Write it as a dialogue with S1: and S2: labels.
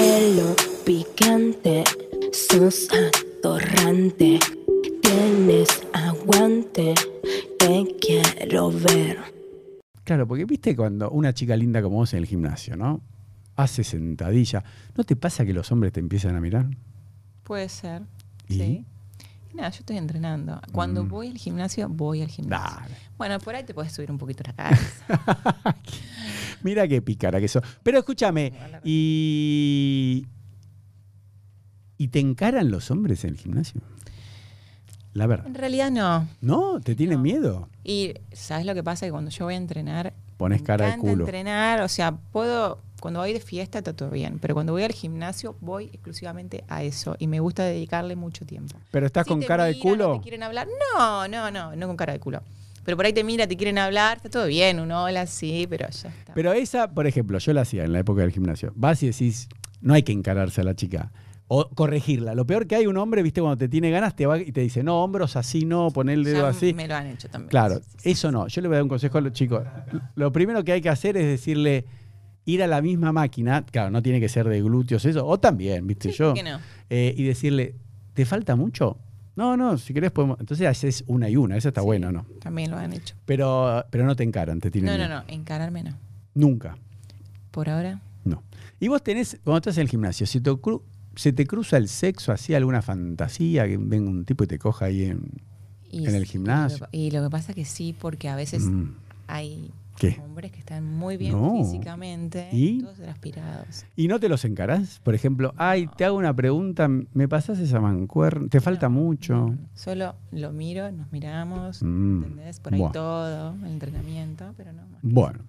S1: pelo picante, sos atorrante, tienes aguante, te quiero ver.
S2: Claro, porque viste cuando una chica linda como vos en el gimnasio, ¿no? Hace sentadilla. ¿No te pasa que los hombres te empiezan a mirar?
S3: Puede ser.
S2: ¿Y?
S3: Sí. Y Nada, yo estoy entrenando. Cuando
S2: Mm.
S3: voy al gimnasio, voy al gimnasio.
S2: Dale.
S3: Bueno, por ahí te puedes subir un poquito la cabeza.
S2: Mira qué picara que sos. Pero escúchame, y. ¿Y te encaran los hombres en el gimnasio? La verdad.
S3: en realidad no.
S2: ¿No? ¿Te tienen
S3: No.
S2: miedo?
S3: Y sabes lo que pasa que cuando yo voy a entrenar,
S2: Pones
S3: me
S2: cara de
S3: encanta
S2: culo.
S3: entrenar, o sea, puedo cuando voy de fiesta está todo bien, pero cuando voy al gimnasio voy exclusivamente a eso y me gusta dedicarle mucho tiempo.
S2: ¿Pero estás
S3: Si
S2: con
S3: te
S2: cara de
S3: miran, no
S2: culo?
S3: te quieren hablar? No, no, no, no con cara de culo. Pero por ahí te mira, te quieren hablar, está todo bien, un hola, sí, pero ya está.
S2: Pero esa, por ejemplo, yo la hacía en la época del gimnasio. Vas y decís, no hay que encararse a la chica. O corregirla. Lo peor que hay, un hombre, viste, cuando te tiene ganas, te va y te dice, no, hombros así, no, poner el
S3: Ya
S2: dedo así.
S3: me lo han hecho también.
S2: Claro,
S3: Sí, sí, sí.
S2: eso no. Yo le voy a dar un consejo a los chicos. Lo primero que hay que hacer es decirle, ir a la misma máquina, claro, no tiene que ser de glúteos eso, o también, viste
S3: Sí,
S2: yo,
S3: ¿por qué no?
S2: eh, y decirle, ¿te falta mucho? No, no, si querés podemos... Entonces haces una y una, eso está
S3: Sí,
S2: bueno, ¿no?
S3: También lo han hecho.
S2: Pero, pero no te encaran, te tienen
S3: No, no,
S2: miedo.
S3: no, encararme no.
S2: Nunca,
S3: Por ahora,
S2: no. Y vos tenés, cuando estás en el gimnasio, si te, cru- se te cruza el sexo así, alguna fantasía, que venga un tipo y te coja ahí en...
S3: Y
S2: En el
S3: sí,
S2: gimnasio.
S3: Y lo que pasa que sí, porque a veces
S2: Mm.
S3: hay
S2: ¿Qué?
S3: hombres que están muy bien
S2: No.
S3: físicamente,
S2: ¿Y?
S3: todos transpirados.
S2: ¿Y no te los encarás? Por ejemplo, ay, te hago una pregunta, ¿me pasás esa mancuerna? ¿Te falta mucho?
S3: Mm, Solo lo miro, nos miramos,
S2: Mm,
S3: ¿entendés? Por ahí
S2: buah.
S3: todo, el entrenamiento, pero no más.
S2: Bueno,